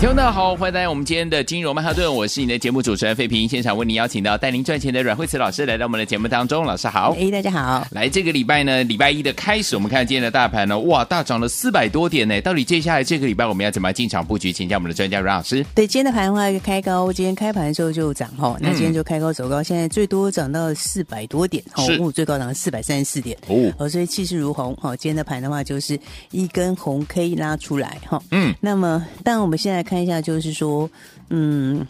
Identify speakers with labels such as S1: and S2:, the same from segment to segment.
S1: 听众大家好，欢迎来到我们今天的金融曼哈顿，我是你的节目主持人费平，现场为您邀请到带您赚钱的阮慧慈老师来到我们的节目当中，老师好。
S2: 哎，大家好。
S1: 来，这个礼拜呢，礼拜一的开始，我们看今天的大盘呢，哇，大涨了四百多点呢。到底接下来这个礼拜我们要怎么进场布局？请教我们的专家阮老师。
S2: 对，今天的盘的话开高，今天开盘的时候就涨哈，那今天就开高走高，现在最多涨到四百多点，哦
S1: 是，
S2: 最高涨到四百三十四点，
S1: 哦
S2: 哦，所以气势如虹，哦，今天的盘的话就是一根红 K 拉出来，哈，
S1: 嗯，
S2: 那么，但我们现在看一下，就是说，嗯。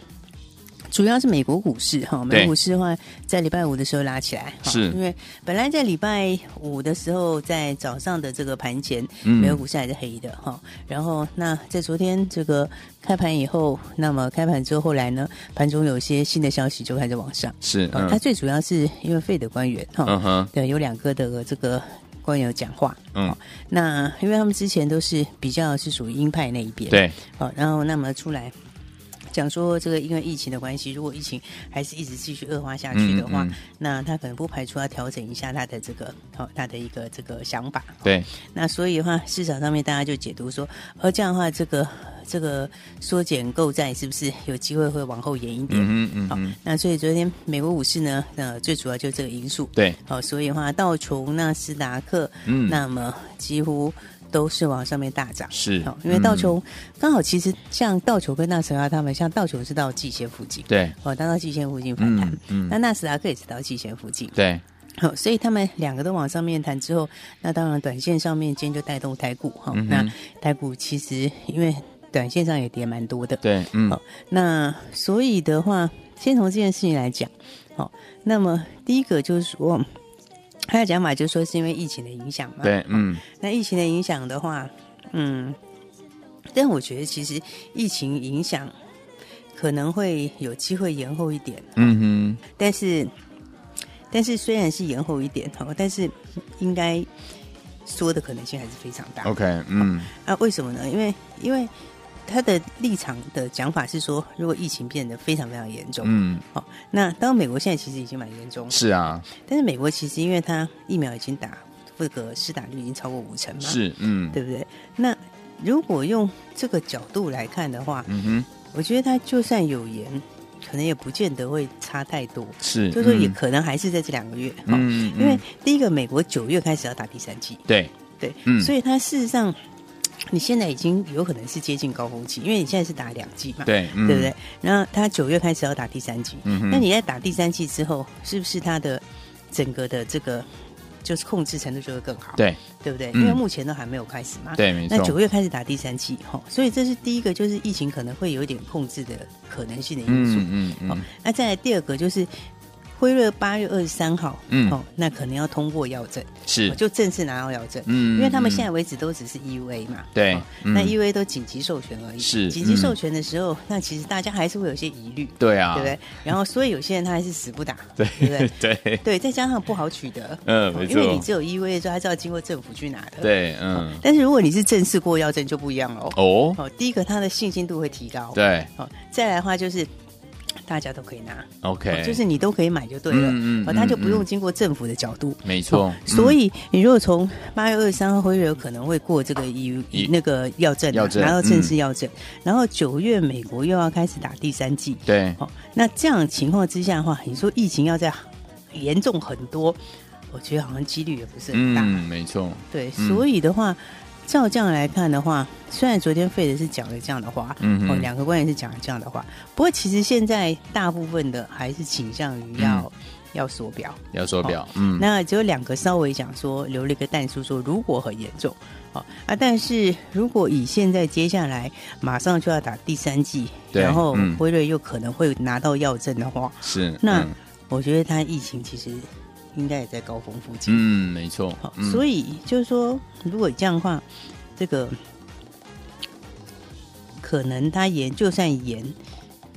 S2: 主要是美国股市哈，美
S1: 对
S2: 国股市的话，在礼拜五的时候拉起来，哈
S1: 是
S2: 因为本来在礼拜五的时候，在早上的这个盘前，
S1: 嗯
S2: 美国股市还是黑的哈。然后那在昨天这个开盘以后，那么开盘之后后来呢，盘中有一些新的消息就开始往上，
S1: 是，
S2: 呃它
S1: 嗯
S2: 最主要是因为费的官员哈，
S1: 嗯哼，
S2: 对，有两个的这个官员有讲话，哦
S1: 嗯，
S2: 那因为他们之前都是比较是属于鹰派那一边，，
S1: 对，
S2: 好、然后那么出来讲说这个因为疫情的关系，如果疫情还是一直继续恶化下去的话，
S1: 嗯嗯嗯
S2: 那他可能不排除要调整一下他的这个好、他的一个这个想法，
S1: 对，
S2: 那所以的话，市场上面大家就解读说，而这样的话，这个这个缩减购债是不是有机会会往后延一点？
S1: 嗯嗯嗯
S2: 好
S1: 嗯，
S2: 那所以昨天美国股市呢，呃，最主要就这个因素。
S1: 对，
S2: 好、所以的话，道琼、纳斯达克，
S1: 嗯
S2: 那么几乎都是往上面大涨。
S1: 是嗯
S2: 好、哦因为道琼刚、好，其实像道琼跟纳斯达克他们，像道琼是到季线附近，
S1: 对，
S2: 哦，它到季线附近反弹
S1: 嗯。嗯，
S2: 那纳斯达克也是到季线附近，
S1: 对，
S2: 好、所以他们两个都往上面谈之后，那当然短线上面今天就带动台股哈、
S1: 嗯哼
S2: 那台股其实因为短线上也跌蛮多的，
S1: 对，嗯
S2: 好，那所以的话，先从这件事情来讲，好、那么第一个就是说，他的讲法就是说是因为疫情的影响嘛，，
S1: 对，嗯，
S2: 那疫情的影响的话，嗯，但我觉得其实疫情影响可能会有机会延后一点，
S1: 嗯
S2: 但是，但是虽然是延后一点哦，但是应该说的可能性还是非常大。
S1: 哼，OK，嗯，
S2: 啊，为什么呢？因为因为他的立场的讲法是说，如果疫情变得非常非常严重，
S1: 嗯，
S2: 哦，那当然美国现在其实已经蛮严重了，
S1: 是啊，
S2: 但是美国其实因为它疫苗已经打这个施打率已经超过五成嘛，，
S1: 是，嗯，
S2: 对不对？那如果用这个角度来看的话，
S1: 嗯哼，
S2: 我觉得它就算有延，可能也不见得会差太多，
S1: 是，
S2: 就是说也
S1: 嗯
S2: 可能还是在这两个月，哦
S1: 嗯，
S2: 因为
S1: 嗯
S2: 第一个，美国九月开始要打第三季，
S1: 对，
S2: 对，
S1: 嗯
S2: 所以它事实上，你现在已经有可能是接近高峰期，因为你现在是打两季嘛，，
S1: 对，嗯
S2: 对不对？？然后它九月开始要打第三季，
S1: 嗯哼
S2: 那你在打第三季之后，是不是它的整个的这个就是控制程度就会更好？，
S1: 对
S2: 对不对？
S1: 嗯
S2: 因为目前都还没有开始嘛，。
S1: 对，没错，
S2: 那九月开始打第三季，吼，所以这是第一个，就是疫情可能会有一点控制的可能性的因素。
S1: 嗯嗯
S2: 好
S1: 嗯，，
S2: 那再来第二个就是辉瑞八月二十三号，
S1: 嗯
S2: 哦，那可能要通过药证，
S1: 是
S2: 哦，就正式拿到药证，
S1: 嗯
S2: 因为他们
S1: 嗯
S2: 现在为止都只是 EUA 嘛，
S1: 对
S2: 哦
S1: 嗯
S2: 那 EUA 都紧急授权而已，
S1: 是
S2: 紧急
S1: 嗯
S2: 授权的时候，那其实大家还是会有一些疑虑，
S1: 对啊，
S2: 对不对？ 然后所以有些人他还是死不打，
S1: 对
S2: 对不对？
S1: 对对
S2: 对，再加上不好取得，
S1: 嗯
S2: 哦
S1: 没
S2: 因为
S1: 错
S2: 你只有 EUA 的时候，它是要经过政府去拿的，。
S1: 对，嗯，
S2: 但是如果你是正式过药证就不一样了哦，
S1: 哦，
S2: 哦，第一个它的信心度会提高，，
S1: 对
S2: 哦，再来的话就是大家都可以拿，哦
S1: ，OK，
S2: 就是你都可以买就对了，
S1: 嗯嗯
S2: 哦，它就
S1: 嗯
S2: 不用
S1: 嗯
S2: 经过政府的角度。哦
S1: 没错，嗯
S2: 所
S1: 以
S2: 以你如果从八月二十三号辉瑞有可能会过这个以
S1: 以
S2: 那个药证啊、
S1: 嗯药证嗯
S2: 拿到正式药证，然后九月美国又要开始打第三剂，
S1: 对
S2: 哦，那这样情况之下的话，你说疫情要再严重很多，我觉得好像几率也不是很大，
S1: 嗯，没错，
S2: 对，
S1: 嗯
S2: 所以的话。照这样来看的话，虽然昨天费的是讲了这样的话，
S1: 嗯哼
S2: 哦，两个官员是讲了这样的话，不过其实现在大部分的还是倾向于要、要缩表，
S1: 要手表，嗯，
S2: 那只有两个稍微讲说留了一个淡书说如果很严重，好、啊，但是如果以现在接下来马上就要打第三剂，
S1: 对
S2: 然后
S1: 嗯
S2: 辉瑞又可能会拿到药证的话，
S1: 是
S2: 那、
S1: 嗯
S2: 我觉得它疫情其实应该也在高峰附近。
S1: 嗯，没错
S2: 好、，
S1: 嗯
S2: 所以就是说，如果这样的话，这个可能它延就算延，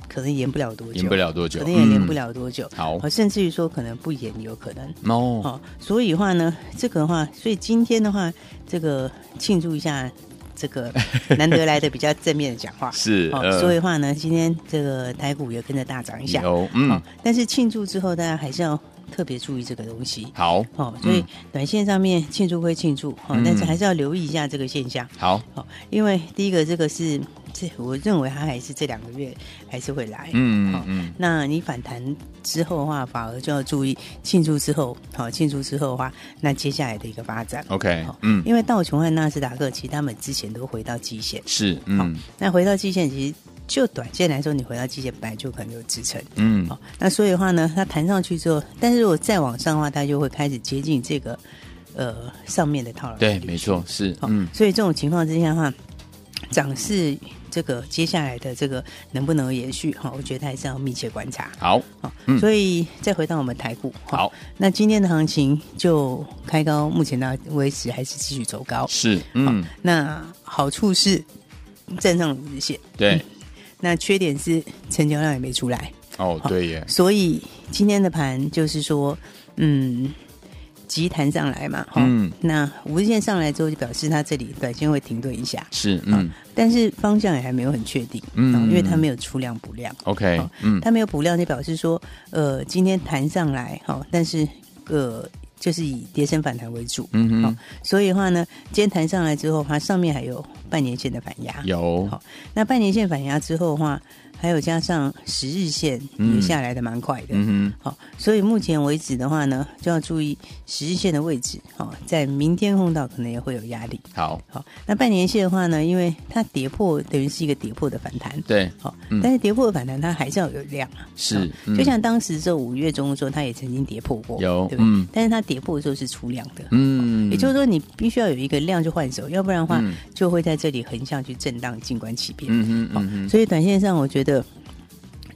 S2: 可能延不了多久，
S1: 延不了多久
S2: 可能也延
S1: 嗯
S2: 不了多久。
S1: 好
S2: 哦甚至于说可能不延有可能。
S1: 哦，
S2: 哦，所以的话呢，这个的话，所以今天的话，这个庆祝一下这 个难得来的比较正面的讲话。
S1: 是
S2: 哦，
S1: 呃
S2: 所以的话呢，今天这个台股也跟着大涨一下。
S1: 有嗯
S2: 哦，但是庆祝之后，大家还是要特别注意这个东西。
S1: 好
S2: 哦，所以
S1: 嗯
S2: 短线上面庆祝归庆祝，哦
S1: 嗯，
S2: 但是还是要留意一下这个现象。
S1: 好
S2: 哦，因为第一个这个是这，我认为它还是这两个月还是会来。
S1: 嗯
S2: 好
S1: 嗯
S2: 那你反弹之后的话，反而就要注意庆祝之后，好、庆祝之后的话，那接下来的一个发展。
S1: ，OK
S2: 好
S1: 嗯
S2: 因为道琼和纳斯达克其实他们之前都回到季线，
S1: 是嗯
S2: 那回到季线其实就短线来说，你回到季线本来就可能有支撑。
S1: 嗯
S2: 好、啊那所以的话呢，它弹上去之后，但是如果再往上的话，它就会开始接近这个呃上面的套牢。
S1: 对，没。错是
S2: 好、
S1: 嗯
S2: 所以这种情况之下的话，涨势这个接下来的这个能不能延续？哈、我觉得还是要密切观察。
S1: 好
S2: 好、
S1: 嗯
S2: 所以再回到我们台股，哈
S1: 好
S2: 那今天的行情就开高，目前到为止还是继续走高。
S1: 是嗯
S2: 好那好处是站上五日线，
S1: 对
S2: 那缺点是成交量也没出来，
S1: 哦对耶
S2: 所以今天的盘就是说，嗯。急弹上来嘛，哈
S1: 嗯
S2: 那五日线上来之后，就表示它这里短线会停顿一下，
S1: 是嗯
S2: 但是方向也还没有很确定，
S1: 嗯
S2: 哦因为它没有出量补量，
S1: OK
S2: 好
S1: 嗯
S2: 它没有补量就表示说，呃，今天弹上来，好、但是呃，就是以跌升反弹为主，
S1: 嗯
S2: 好
S1: 哼
S2: 所以的话呢，今天弹上来之后，它上面还有半年线的反压，
S1: 有
S2: 好那半年线反压之后的话，还有加上十日线
S1: 嗯
S2: 也下来的蛮快的。
S1: 嗯哼
S2: 好，所以目前为止的话呢，就要注意十日线的位置。好，在明天碰到可能也会有压力。
S1: 好
S2: 好，那半年线的话呢，因为它跌破等于是一个跌破的反弹，
S1: 对
S2: 好
S1: 嗯，
S2: 但是跌破的反弹它还是要有量啊，
S1: 是
S2: 好
S1: 嗯
S2: 就像当时这五月中的时候，它也曾经跌破过，
S1: 有
S2: 对不对？
S1: 嗯
S2: 但是它跌破的时候是出量的，
S1: 嗯
S2: 也就是说你必须要有一个量去换手，要不然的话
S1: 嗯
S2: 就会在这里横向去震荡静观其变。
S1: 嗯哼
S2: 好
S1: 嗯哼
S2: 所以短线上我觉得。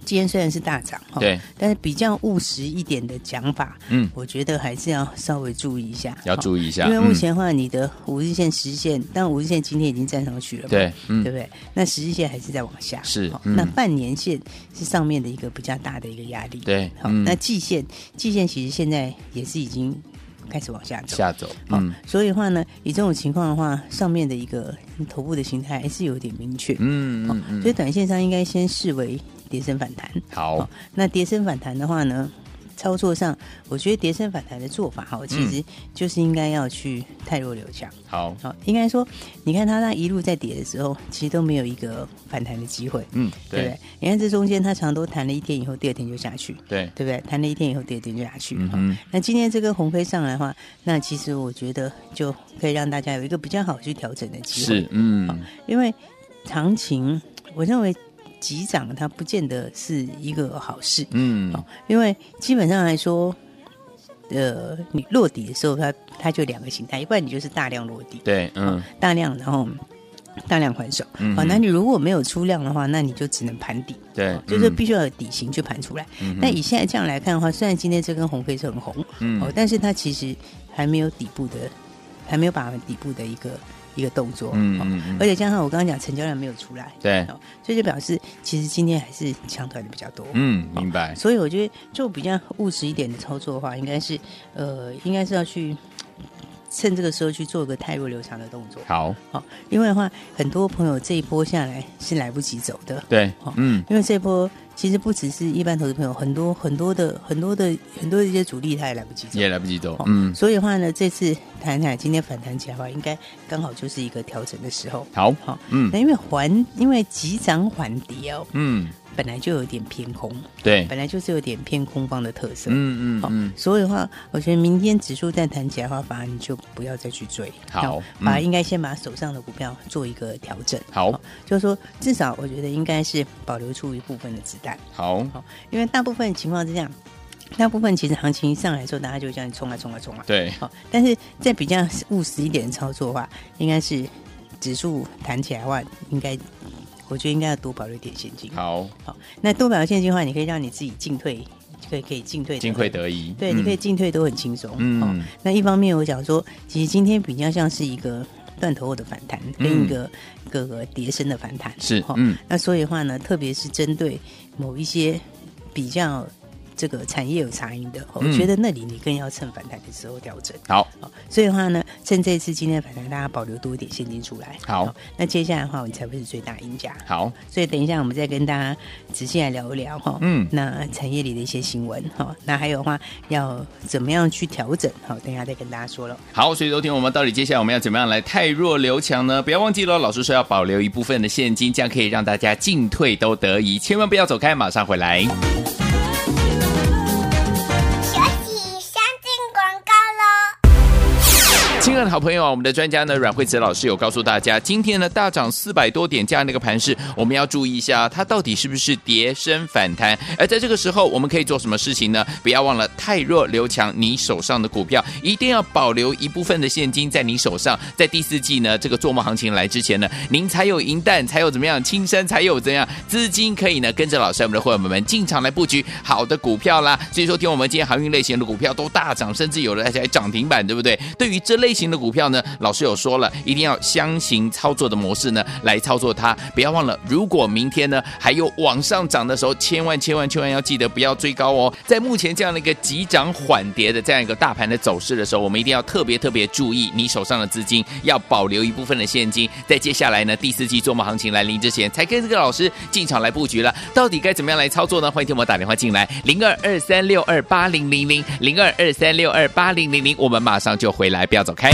S2: 今天虽然是大涨哈，
S1: 对
S2: 但是比较务实一点的讲法，
S1: 嗯
S2: 我觉得还是要稍微注意一下，
S1: 要
S2: 意。
S1: 注意一下
S2: 因为目
S1: 嗯
S2: 前的话，你的五日线、十日线，但五日线今天已经站上去了嘛，
S1: 对嗯
S2: 对不对？那十日线还是在往下，
S1: 是
S2: 好
S1: 嗯
S2: 那半年线是上面的一个比较大的一个压力，。
S1: 对
S2: 好，
S1: 嗯
S2: 那季线，季线其实现在也是已经开始往下走，
S1: 下走
S2: 好
S1: 嗯，
S2: 所以的话呢，以这种情况的话，上面的一个头部的形态还是有点明确，
S1: 嗯嗯
S2: 所
S1: 嗯
S2: 以短线上应该先视为跌升反弹。
S1: 好
S2: 好那跌升反弹的话呢，操作上，我觉得跌升反弹的做法哈，
S1: 嗯
S2: 其实就是应该要去太弱留强。
S1: 好
S2: 好，应该说，你看它那一路在跌的时候，其实都没有一个反弹的机会，
S1: 嗯
S2: 对
S1: 对
S2: 不对？你看这中间它常都弹了一天以后，第二天就下去，
S1: 对
S2: 对不对？弹了一天以后，第二天就下去。
S1: 嗯
S2: 好
S1: 哼
S2: 那今天这根红 K 上来的话，那其实我觉得就可以让大家有一个比较好去调整的机会，
S1: 是嗯
S2: 因为行情，我认为急涨它不见得是一个好事，
S1: 嗯
S2: 好因为基本上来说，呃，你落底的时候它它就两个形态，要不然你就是大量落底，
S1: 对嗯
S2: 大量然后大量还手。
S1: 嗯
S2: 好，
S1: 哼
S2: 那你如果没有出量的话，那你就只能盘底，
S1: 对
S2: 就是
S1: 嗯
S2: 必须要有底型去盘出来。
S1: 嗯哼
S2: 那以现在这样来看的话，虽然今天这根红 K 是很红，
S1: 嗯
S2: 哦，但是它其实还没有底部的，还没有把底部的一个一个动作，
S1: 嗯
S2: 哦
S1: 嗯嗯
S2: 而且加上我刚刚讲成交量没有出来，
S1: 对
S2: 哦，所以就表示其实今天还是强团的比较多，
S1: 嗯明白
S2: 所以我觉得就比较务实一点的操作的话，应该是呃，应该是要去趁这个时候去做个太弱留强的动作，
S1: 好
S2: 哦，因为的话，很多朋友这一波下来是来不及走的，
S1: 对
S2: 好
S1: 嗯
S2: 因为这波其实不只是一般投资朋友，很多很多的很多的很多的一些主力他也来不及走，
S1: 也来不及走
S2: 哦
S1: 嗯
S2: 所以的话呢，这次台海今天反弹起来的话，应该刚好就是一个调整的时候。
S1: 好
S2: 好，
S1: 嗯
S2: 那因为还因为急涨缓跌哦，
S1: 嗯
S2: 本来就有点偏空，
S1: 对
S2: 本来就是有点偏空方的特色。
S1: 嗯嗯
S2: 好
S1: 嗯
S2: 所以的话，我觉得明天指数再弹起来的话，反而你就不要再去追，
S1: 好嗯
S2: 反而应该先把手上的股票做一个调整。
S1: 好
S2: 就是说，至少我觉得应该是保留出一部分的子弹。
S1: 好
S2: 好，因为大部分情况之下，大部分其实行情一上来的时候，大家就这样冲啊冲啊冲啊。
S1: 对
S2: 好，但是在比较务实一点的操作的话，应该是指数弹起来的话，应该我觉得应该要多保留一点现金。
S1: 好
S2: 好，那多保留现金的话，你可以让你自己进退，可以可以进退，
S1: 金匮。得宜
S2: 对，
S1: 嗯
S2: 你可以进退都很轻松。
S1: 嗯
S2: 哦那一方面我讲说，其实今天比较像是一个断头后的反弹跟一个各个跌升的反弹。
S1: 嗯是
S2: 哈
S1: 嗯
S2: 那所以的话呢，特别是针对某一些比较这个产业有差异的，哦我
S1: 嗯
S2: 觉得那里你更要趁反弹的时候调整。
S1: 好，
S2: 哦，所以的话呢，趁这次今天的反弹，大家保留多一点现金出来。
S1: 好
S2: 哦，那接下来的话，我们才会是最大赢家。
S1: 好，
S2: 所以等一下我们再跟大家仔细来聊一聊哦哈，
S1: 嗯
S2: 那产业里的一些新闻哈，那还有的话要怎么样去调整，好，等一下再跟大家说了。
S1: 好，所以昨天我们到底接下来我们要怎么样来汰弱留强呢？不要忘记了，老师说要保留一部分的现金，这样可以让大家进退都得宜，千万不要走开，马上回来。
S3: 学习先进广告喽。
S1: 亲爱的好朋友啊，我们的专家呢阮慧慈老师有告诉大家，今天呢大涨四百多点这样的一个盘势，我们要注意一下，它到底是不是跌升反弹？而在这个时候，我们可以做什么事情呢？不要忘了太弱留强，你手上的股票一定要保留一部分的现金在你手上，在第四季呢这个做梦行情来之前呢，您才有银弹，才有怎么样青山，才有怎样资金可以呢跟着老师我们的伙伴们进场来布局好的股票啦。所以说，听我们今天航运类型的股票都大涨，甚至有的而且还涨停板，对不对？对于这类型的股票呢，老师有说了，一定要箱型操作的模式呢来操作它。不要忘了，如果明天呢还有往上涨的时候，千万千万千万要记得不要追高哦。在目前这样的一个急涨缓跌的这样一个大盘的走势的时候，我们一定要特别特别注意你手上的资金，要保留一部分的现金，在接下来呢第四季周末行情来临之前，才跟这个老师进场来布局了。到底该怎么样来操作呢？欢迎听我打电话进来，零二二三六二八零零零零二二三六二八零零零，我们马上就回来，不要走开。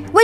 S4: 为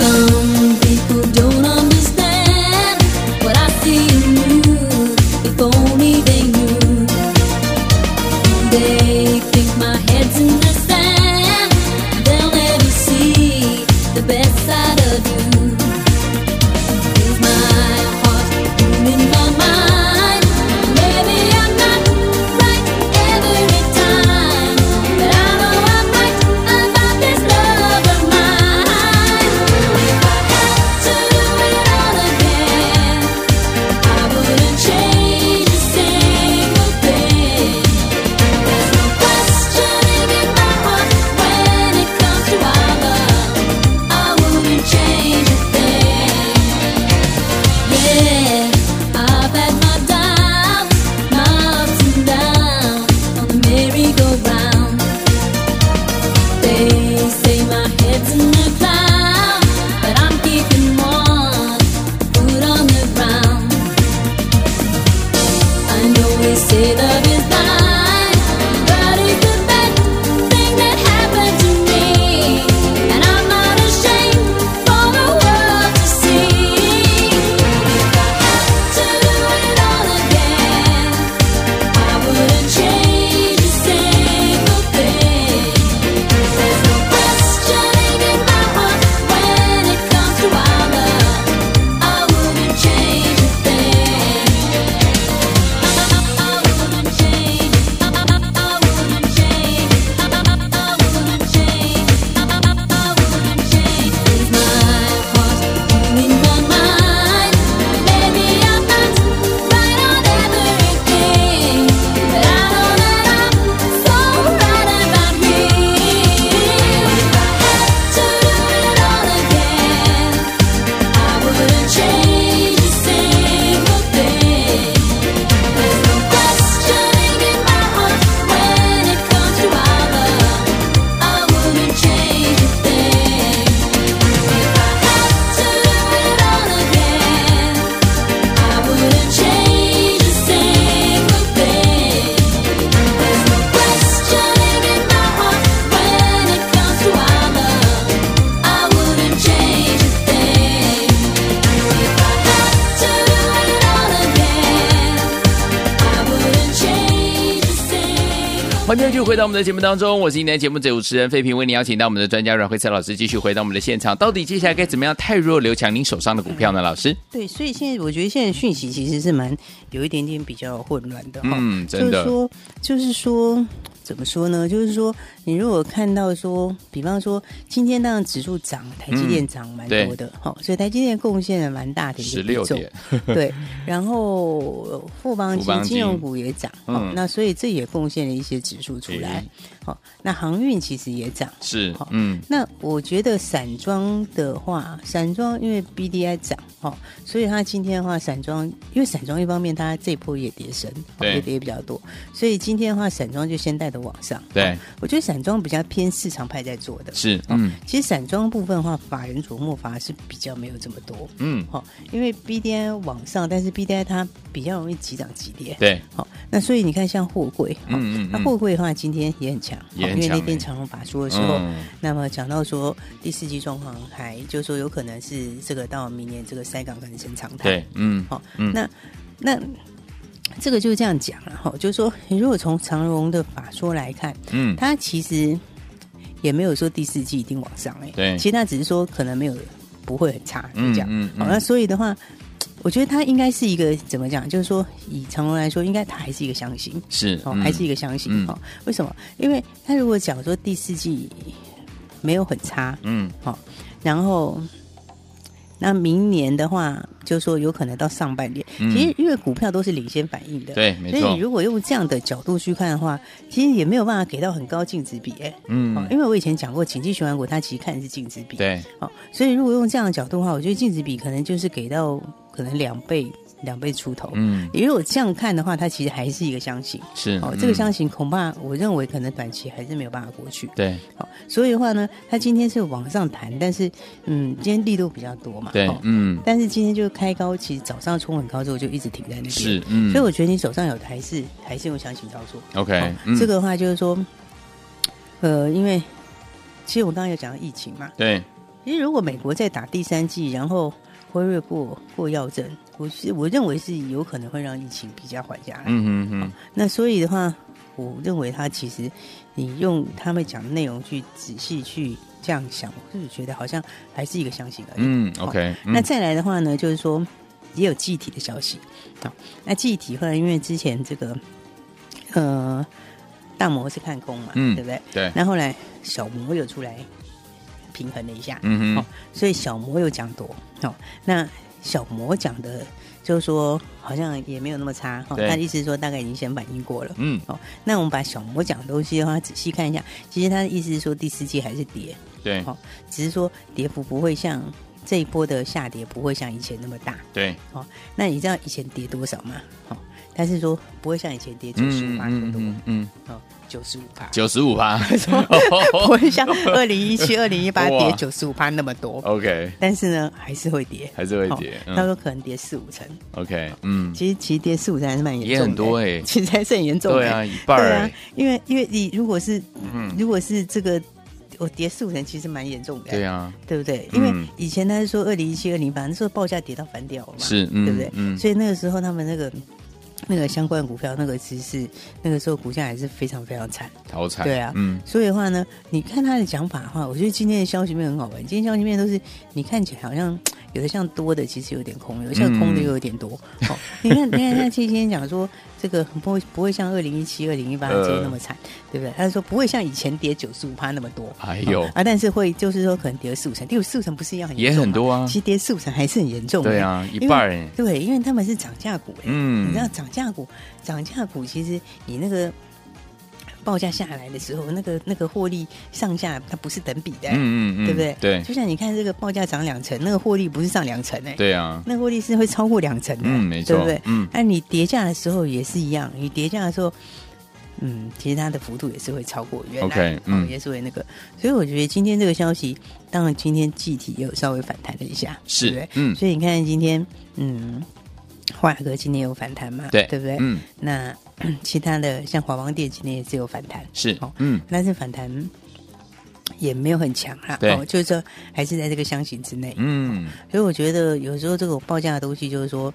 S5: Some people don't understand what I see in you. If only they knew. You
S1: 欢迎继续回到我们的节目当中，我是今天的节目主持人费平，为您邀请到我们的专家阮慧慈老师继续回到我们的现场。到底接下来该怎么样太弱留强您手上的股票呢？老师，
S2: 对，所以现在我觉得现在讯息其实是蛮有一点点比较混乱的哈、
S1: 嗯真的
S2: 就是说，就是说，怎么说呢？就是说，你如果看到说，比方说今天当然指数涨，台积
S1: 嗯
S2: 电涨蛮多的哈、所以台积电贡献了蛮大的一个
S1: 十
S2: 比
S1: 六
S2: 重
S1: 点，，
S2: 对。然后呃富邦
S1: 富邦
S2: 金
S1: 金
S2: 金融股也涨、哦
S1: 嗯，
S2: 那所以这也贡献了一些指数出来
S1: 诶。
S2: 好、那航运其实也涨。
S1: 是
S2: 好，
S1: 嗯，
S2: 那我觉得散装的话，散装因为 B D I 涨哦，所以它今天的话，散装因为散装一方面它这一波也跌升，哦
S1: 对
S2: 也跌比较多，所以今天的话，散装就先带的往上。
S1: 对
S2: 哦我觉得散装比较偏市场派在做的。
S1: 是，
S2: 哦
S1: 嗯
S2: 其实散装部分的话，法人琢磨法是比较没有这么多，
S1: 嗯，
S2: 好、因为 B D I 往上，但是 B D I 它比较容易急涨急跌，
S1: 对，
S2: 好、那所以你看像货柜，哦
S1: 嗯嗯
S2: 那
S1: 嗯
S2: 货柜的话今天也很强，
S1: 也
S2: 哦
S1: 很
S2: 因为
S1: 强
S2: 那
S1: 欸
S2: 天长荣法说的时候，
S1: 嗯
S2: 那么讲到说第四季状况还就说有可能是这个到明年这个塞港可能成常态，
S1: 对，嗯，
S2: 好、
S1: 嗯
S2: 那那这个就这样讲了哈、就是说你如果从长荣的法说来看，
S1: 嗯，
S2: 它其实也没有说第四季一定往上哎、
S1: 对
S2: 其实它只是说可能没有不会很差，就
S1: 嗯
S2: 这样。
S1: 嗯嗯
S2: 好，那所以的话，我觉得它应该是一个怎么讲，就是说以长荣来说，应该它还是一个箱型，
S1: 是，
S2: 哦，
S1: 嗯
S2: 还是一个箱型
S1: 嗯
S2: 哦。为什么？因为它如果讲说第四季没有很差，
S1: 嗯，
S2: 然后。那明年的话，就说有可能到上半年，
S1: 嗯
S2: 其实因为股票都是领先反应的，
S1: 对，没
S2: 所以
S1: 错
S2: 你，如果用这样的角度去看的话，其实也没有办法给到很高净值比、哎、哦
S1: 嗯，
S2: 因为我以前讲过，景气循环股它其实看的是净值比，，
S1: 对，
S2: 哦，所以如果用这样的角度的话，我觉得净值比可能就是给到可能两倍两倍出头。
S1: 嗯，
S2: 如果这样看的话，它其实还是一个箱型
S1: 是，
S2: 哦，这个
S1: 嗯
S2: 箱型恐怕我认为可能短期还是没有办法过去。
S1: 对，
S2: 哦，所以的话呢，它今天是往上弹，但是嗯，今天力度比较多嘛，
S1: 对
S2: 哦，
S1: 嗯，
S2: 但是今天就开高，其实早上冲很高之后就一直停在那边，
S1: 是，嗯，
S2: 所以我觉得你手上有的还是还是用箱型操作。
S1: OK，
S2: 好
S1: 嗯
S2: 哦这个的话就是说，呃，因为其实我刚刚有讲到疫情嘛，
S1: 对，
S2: 其实如果美国在打第三剂，然后辉瑞过过药证，我是我认为是有可能会让疫情比较缓下来。
S1: 嗯哼哼，
S2: 那所以的话，我认为它其实你用他们讲的内容去仔细去这样想，我就是觉得好像还是一个相信而已。
S1: 嗯，OK，嗯
S2: 那再来的话呢，就是说也有记忆体的消息。好，那记忆体后来因为之前这个呃大摩是看空嘛，
S1: 嗯
S2: 对不对？
S1: 对，
S2: 那后来小摩又出来平衡了一下，
S1: 嗯哼
S2: 好，所以小摩又讲多。好、那小摩讲的就是说好像也没有那么差哈，
S1: 对
S2: 他的意思是说大概已经先反应过了。
S1: 嗯，
S2: 哦，那我们把小摩讲的东西的话仔细看一下，其实他的意思是说第四季还是跌，
S1: 对
S2: 好只是说跌幅不会像这一波的下跌不会像以前那么大。
S1: 对，
S2: 哦，那你知道以前跌多少吗？哦，但是说不会像以前跌九十五
S1: 嗯
S2: 趴
S1: 嗯
S2: 多，
S1: 嗯嗯，
S2: 哦，九十五趴，
S1: 九十五 趴哦
S2: 不会像二零一七、二零一 八跌
S1: 哇
S2: 九十五趴那么多，
S1: ，OK，
S2: 但是呢，还是会跌，
S1: 还哦是会跌
S2: 哦
S1: 嗯
S2: 他说可能跌四五成，
S1: OK，嗯，
S2: 其实其实跌四五成还是蛮严重的，
S1: 也很多欸
S2: 其实还是很严重的，
S1: 对啊，一半
S2: 对
S1: 儿
S2: 啊
S1: 欸，，
S2: 因为因为你如果是
S1: 嗯，
S2: 如果是这个。我跌四五成其实蛮严重的，
S1: 对啊，
S2: 对不对？
S1: 嗯
S2: 因为以前他是说二零一七、二零八，那时候报价跌到反掉了嘛，
S1: 是，嗯
S2: 对不对？
S1: 嗯，
S2: 所以那个时候他们那个那个相关股票，那个其实是那个时候股价还是非常非常惨。
S1: 淘彩，
S2: 对啊
S1: 嗯，
S2: 所以的话呢，你看他的讲法的话，我觉得今天的消息面很好玩。今天消息面都是你看起来好像有的像多的，其实有点空；有的
S1: 嗯
S2: 像空的，又有点多。哦，你看，你看他今天讲说这个不会不会像二零一七、二零一八
S1: 呃
S2: 这些那么惨，对不对？他说不会像以前跌九十五趴那么多。
S1: 哎呦
S2: 哦啊，但是会就是说可能跌了四五成，跌四五成不是一样很
S1: 也
S2: 严重
S1: 很
S2: 吗
S1: 多啊
S2: 其实跌四五成还是很严重的。
S1: 对啊，一
S2: 因为
S1: 半儿欸，
S2: 对，因为他们是涨价股、欸，
S1: 嗯
S2: 你知道涨价股，涨价股其实你那个报价下来的时候，那个那个获利上下它不是等比的欸、
S1: 嗯嗯嗯，
S2: 对不对？
S1: 对，
S2: 就像你看这个报价涨两成，那个获利不是上两成哎、
S1: 对啊，
S2: 那个获利是会超过两成的，
S1: 嗯，没错，
S2: 对不对？
S1: 嗯，
S2: 那、哎你叠价的时候也是一样，你叠价的时候，嗯，其实它的幅度也是会超过原来
S1: OK，
S2: 哦
S1: 嗯
S2: 也是会那个，所以我觉得今天这个消息，当然今天集体也有稍微反弹了一下，对不
S1: 是
S2: 对，
S1: 嗯，
S2: 所以你看今天，嗯，华哥今天有反弹嘛？
S1: 对，
S2: 对不对？
S1: 嗯，
S2: 那其他的像华邦电今天也是有反弹，
S1: 是
S2: 哦，
S1: 嗯，
S2: 但是反弹也没有很强啦。哦
S1: 对
S2: 就是说还是在这个箱型之内。
S1: 嗯，
S2: 所以我觉得有时候这种报价的东西，就是说，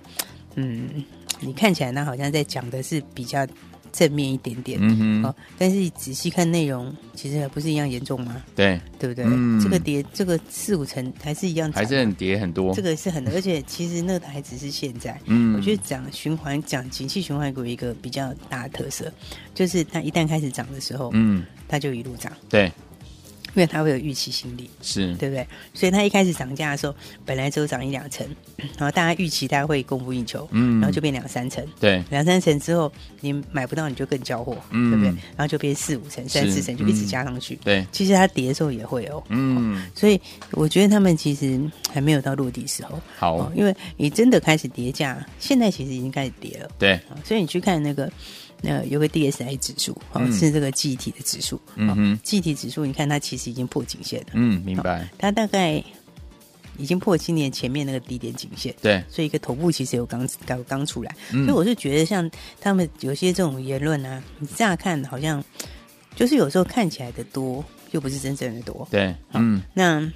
S2: 嗯，你看起来呢好像在讲的是比较正面一点点。
S1: 嗯哼，
S2: 哦，但是仔细看内容，其实还不是一样严重吗？
S1: 对，
S2: 对不对？
S1: 嗯
S2: 这个跌，这个四五成还是一样
S1: 还
S2: 惨
S1: 是很跌很多
S2: 这。个是很，而且其实那个还只是现在。
S1: 嗯
S2: 我觉得讲循环，讲景气循环股有一个比较大的特色，就是它一旦开始涨的时候，
S1: 嗯，
S2: 它就一路涨，
S1: 对，
S2: 因为它会有预期心理，
S1: 是，
S2: 对不对？所以它一开始涨价的时候，本来只有涨一两成，然后大家预期它会供不应求，
S1: 嗯
S2: 然后就变两三成，
S1: 对，
S2: 两三成之后你买不到你就更交货，
S1: 嗯
S2: 对不对？然后就变四五成、三四成，就一直加上去。
S1: 对，
S2: 其实它跌的时候也会哦，
S1: 嗯，
S2: 所以我觉得他们其实还没有到落地时候。
S1: 好
S2: 哦，，因为你真的开始叠价，现在其实已经开始叠了，
S1: 对，
S2: 哦所以你去看那个。呃，有个 DSI 指数，哦，
S1: 嗯
S2: 是这个记忆体的指数，
S1: 嗯哼，
S2: 记忆体指数，你看它其实已经破颈线了，
S1: 嗯，明白，
S2: 它大概已经破今年前面那个低点颈线，
S1: 对，
S2: 所以一个头部其实有刚刚刚出来，
S1: 嗯
S2: 所以我是觉得像他们有些这种言论啊，你乍看好像就是有时候看起来的多，又不是真正的多，
S1: 对，嗯，
S2: 那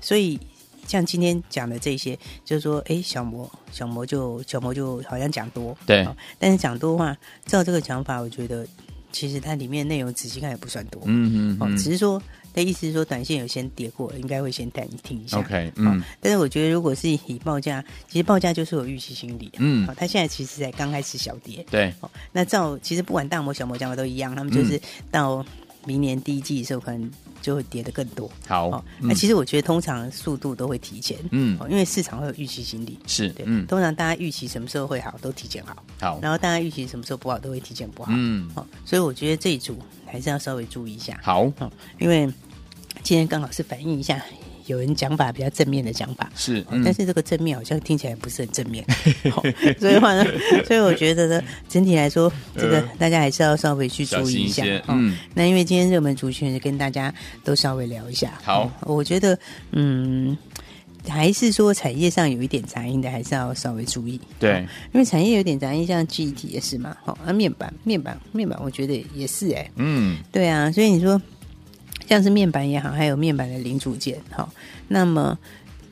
S2: 所以像今天讲的这些，就是说，哎，小魔小魔就小魔就好像讲多，
S1: 对
S2: 哦但是讲多的话，照这个讲法，我觉得其实它里面内容仔细看也不算多，
S1: 嗯嗯
S2: 哦，只
S1: 嗯
S2: 是说的意思是说，短线有先跌过，应该会先带你听一下。
S1: ，OK，
S2: 哦
S1: 嗯，
S2: 但是我觉得，如果是以报价，其实报价就是有预期心理、
S1: 嗯
S2: 哦，它现在其实才刚开始小跌，
S1: 对，
S2: 哦，那照其实不管大摩小摩讲的都一样，他们
S1: 嗯
S2: 就是到明年第一季的时候，可能就会跌得更多。
S1: 好
S2: 哦，，那
S1: 嗯，
S2: 其实我觉得通常速度都会提前，
S1: 嗯
S2: 哦，因为市场会有预期心理，
S1: 是
S2: 对，，
S1: 嗯，
S2: 通常大家预期什么时候会好都提前好，
S1: 好，
S2: 然后大家预期什么时候不好都会提前不好，
S1: 嗯，
S2: 哦，所以我觉得这一组还是要稍微注意一下，
S1: 好，
S2: 哦，因为今天刚好是反映一下有人讲法比较正面的讲法，
S1: 是，
S2: 哦
S1: 嗯
S2: 但，是这个正面好像听起来不是很 正面，好所以话呢，所以我觉得呢，整体来说，这个大家还是要稍微去
S1: 呃小
S2: 注意
S1: 心一
S2: 一下
S1: 些。，
S2: 哦
S1: 嗯，
S2: 那因为今天热门族群跟大家都稍微聊一下。
S1: 好
S2: 哦我觉得嗯，还是说产业上有一点杂音的，还是要稍微注意。
S1: 对
S2: 哦，因为产业有点杂音，像记忆体也是嘛。好、那、啊、面板，面板，面板，我觉得也是哎、
S1: 嗯，
S2: 对啊，所以你说像是面板也好，还有面板的零组件，好、那么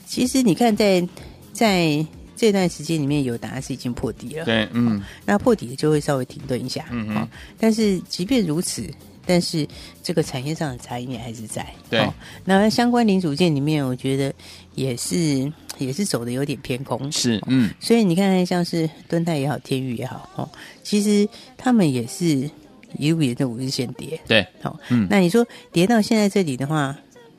S2: 其实你看在在这段时间里面，友达是已经破底了，
S1: 对，嗯，
S2: 那破底就会稍微停顿一下，
S1: 嗯哼
S2: 好但是即便如此，但是这个产业上的差异也还是在，
S1: 对
S2: 好那相关零组件里面，我觉得也是也是走的有点偏空，
S1: 是，嗯，
S2: 所以你看，像是敦泰也好，天宇也好，哦，其实他们也是一路沿着五日线跌，
S1: 对，
S2: 好、
S1: 嗯
S2: 那你说跌到现在这里的话，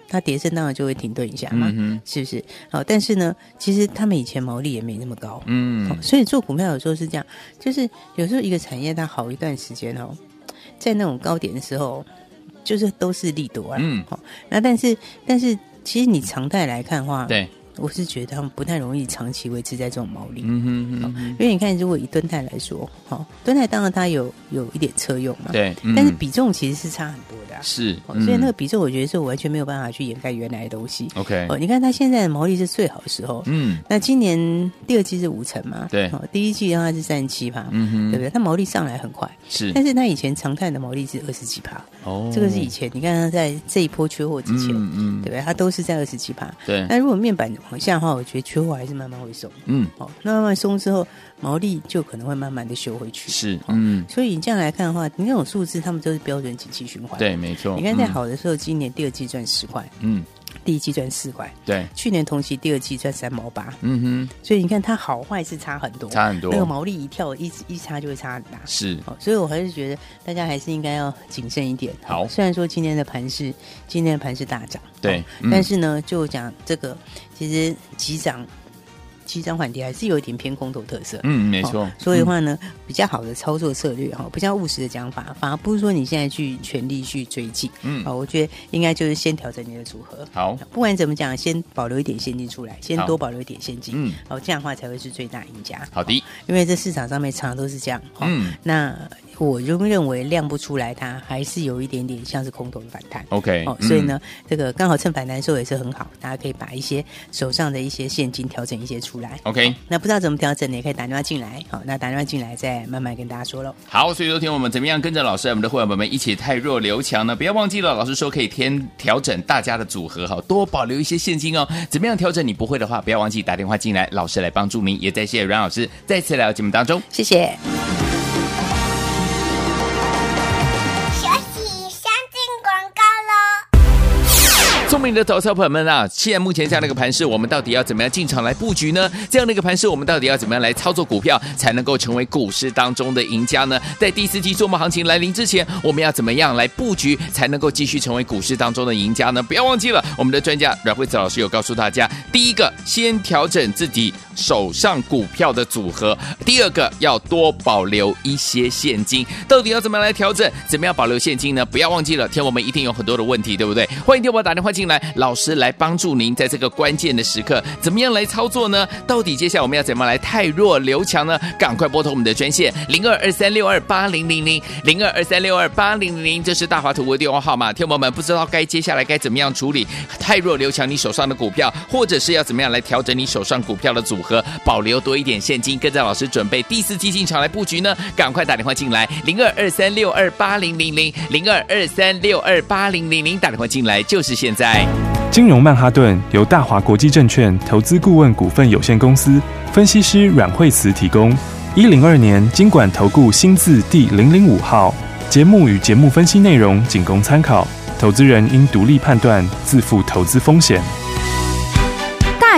S2: 它跌升当然就会停顿一下嘛，
S1: 嗯哼，
S2: 是不是？好、但是呢，其实他们以前毛利也没那么高，好
S1: 嗯，
S2: 所以做股票有时候是这样，就是有时候一个产业它好一段时间哦，在那种高点的时候，就是都是利多啊，
S1: 嗯
S2: 好、那但是但是其实你常态来看的话，
S1: 对，
S2: 我是觉得他们不太容易长期维持在这种毛利。
S1: 嗯哼嗯哼，
S2: 因为你看，如果以敦泰来说，好、敦泰当然它有有一点车用嘛，
S1: 对，嗯
S2: 但是比重其实是差很多的、啊。
S1: 是，
S2: 哦所以那个
S1: 嗯
S2: 比重，我觉得是我完全没有办法去掩盖原来的东西。
S1: OK，
S2: 哦，你看它现在的毛利是最好的时候。
S1: 嗯
S2: 那今年第二季是五成嘛？
S1: 对
S2: 哦，第一季的话是三十七趴，
S1: 嗯哼，
S2: 对不对？它毛利上来很快，
S1: 是，
S2: 但是它以前常态的毛利是二十几趴，
S1: 哦
S2: 这个是以前你看它在这一波缺货之前，
S1: 嗯
S2: 对
S1: 嗯，
S2: 不对？它都是在二十几趴。
S1: 对，
S2: 那如果面板往下的话，我觉得缺货还是慢慢会松。
S1: 嗯
S2: 哦，那慢慢松之后，毛利就可能会慢慢的修回去。
S1: 是，
S2: 哦
S1: 嗯
S2: 所以你这样来看的话，你那种数字，他们都是标准景气循环。
S1: 对，没错，
S2: 你看在
S1: 嗯，
S2: 好的时候，今年第二季赚十块，
S1: 嗯
S2: 第一季赚四块，
S1: 对，
S2: 去年同期第二季赚三毛八，
S1: 嗯
S2: 所以你看它好坏是差很多，
S1: 哼，差很多
S2: 那，个毛利一跳一一差就会差很大。
S1: 是，
S2: 哦，所以我还是觉得大家还是应该要谨慎一点。哦
S1: 好
S2: 虽然说今天的盘是今天的盘是大涨，
S1: 对
S2: 哦
S1: 嗯
S2: 但是呢，就讲这个其实急涨急涨缓跌还是有一点偏空头特色。
S1: 嗯，没
S2: 哦
S1: 错，
S2: 所以
S1: 嗯
S2: 的话呢，比较好的操作策略哈，比较务实的讲法，反而不是说你现在去全力去追进，
S1: 嗯
S2: 哦，我觉得应该就是先调整你的组合，
S1: 好，
S2: 不管怎么讲，先保留一点现金出来，先
S1: 好
S2: 多保留一点现金，
S1: 嗯，
S2: 哦，这样的话才会是最大赢家。
S1: 好的，
S2: 因为这市场上面常常都是这样，哦、
S1: 嗯
S2: 那我就认为量不出来它，还是有一点点像是空头的反弹。
S1: ，OK，
S2: 哦，
S1: 嗯
S2: 所以，呢，这个刚好趁反弹的时候也是很好，大家可以把一些手上的一些现金调整一些出来。
S1: OK
S2: 哦那不知道怎么调整，你也可以打电话进来。好、那打电话进来再慢慢跟大家说喽。
S1: 好，所以昨天我们怎么样跟着老师，我们的会员们一起太弱留强呢？不要忘记了，老师说可以添调整大家的组合哈，多保留一些现金哦。怎么样调整你不会的话，不要忘记打电话进来，老师来帮助您。也再谢谢阮老师再次来到节目当中。
S2: 谢谢。
S1: 聪明的投资者朋友们啊，现在目前这样的一个盘势，我们到底要怎么样进场来布局呢？这样的一个盘势，我们到底要怎么样来操作股票，才能够成为股市当中的赢家呢？在第四季做梦行情来临之前，我们要怎么样来布局，才能够继续成为股市当中的赢家呢？不要忘记了，我们的专家阮慧慈老师有告诉大家，第一个先调整自己手上股票的组合，第二个要多保留一些现金。到底要怎么样来调整？怎么样保留现金呢？不要忘记了，天我们一定有很多的问题，对不对？欢迎听我打电话进来，老师来帮助您在这个关键的时刻，怎么样来操作呢？到底接下来我们要怎么样来汰弱留强呢？赶快拨通我们的专线零二二三六二八零零零零二二三六二八零零零，这是大华图的电话号码。天我们不知道该接下来该怎么样处理汰弱留强你手上的股票，或者是要怎么样来调整你手上股票的组合，保留多一点现金，跟着老师准备第四季进场来布局呢？赶快打电话进来零二二三六二八零零零零二二三六二八零零零，打电话进来就是现在。
S6: 金融曼哈顿由大华国际证券投资顾问股份有限公司分析师阮惠慈提供。一零二年经管投顾新字第零零五号。节目与节目分析内容仅供参考，投资人应独立判断，自负投资风险。
S4: 大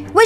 S4: 为